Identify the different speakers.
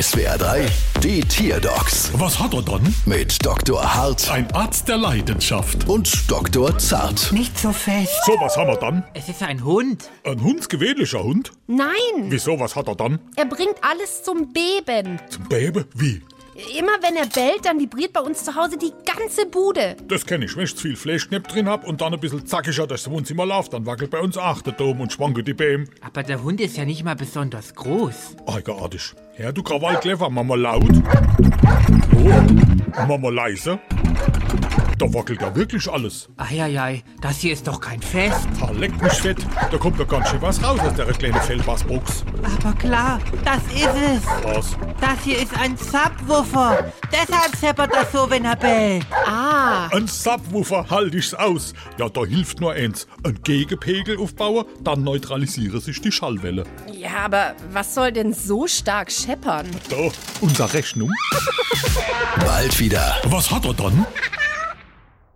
Speaker 1: SWR 3, die Tierdocs
Speaker 2: Was hat er dann?
Speaker 1: mit Dr. Hart
Speaker 2: Ein Arzt der Leidenschaft.
Speaker 1: und Dr. Zart.
Speaker 3: Nicht so fest.
Speaker 2: So, was haben wir dann?
Speaker 4: Es ist ein Hund.
Speaker 2: Ein Hund, gewöhnlicher Hund?
Speaker 5: Nein,
Speaker 2: Wieso, was hat er dann?
Speaker 5: er bringt alles zum Beben.
Speaker 2: Zum Baby? Wie?
Speaker 5: Immer wenn er bellt, dann vibriert bei uns zu Hause die ganze Bude.
Speaker 2: Das kenne ich, wenn ich zu viel Fleischknepp drin hab und dann ein bisschen zackiger das Wohnzimmer läuft, dann wackelt bei uns auch der Dom und schwanke die Bäm.
Speaker 4: Aber der Hund ist ja nicht mal besonders groß.
Speaker 2: Eigenartig. Ja, du Krawallkläfer, mach mal laut. Oh, mach mal leise. Da wackelt ja wirklich alles.
Speaker 4: Eieiei, das hier ist doch kein Fest.
Speaker 2: Ha, leck mich fett. Da kommt ja ganz schön was raus aus der kleinen Fellbassbox.
Speaker 3: Aber klar, das ist es.
Speaker 2: Was?
Speaker 3: Das hier ist ein Subwoofer. Deshalb scheppert das so, wenn er bellt.
Speaker 5: Ah,
Speaker 2: Ein Subwoofer halt ich's aus. Ja, da hilft nur eins. Ein Gegenpegel aufbauen, dann neutralisiere sich die Schallwelle.
Speaker 5: ja, aber was soll denn so stark scheppern?
Speaker 2: Da, unser Rechnung.
Speaker 1: Bald wieder.
Speaker 2: Was hat er dann?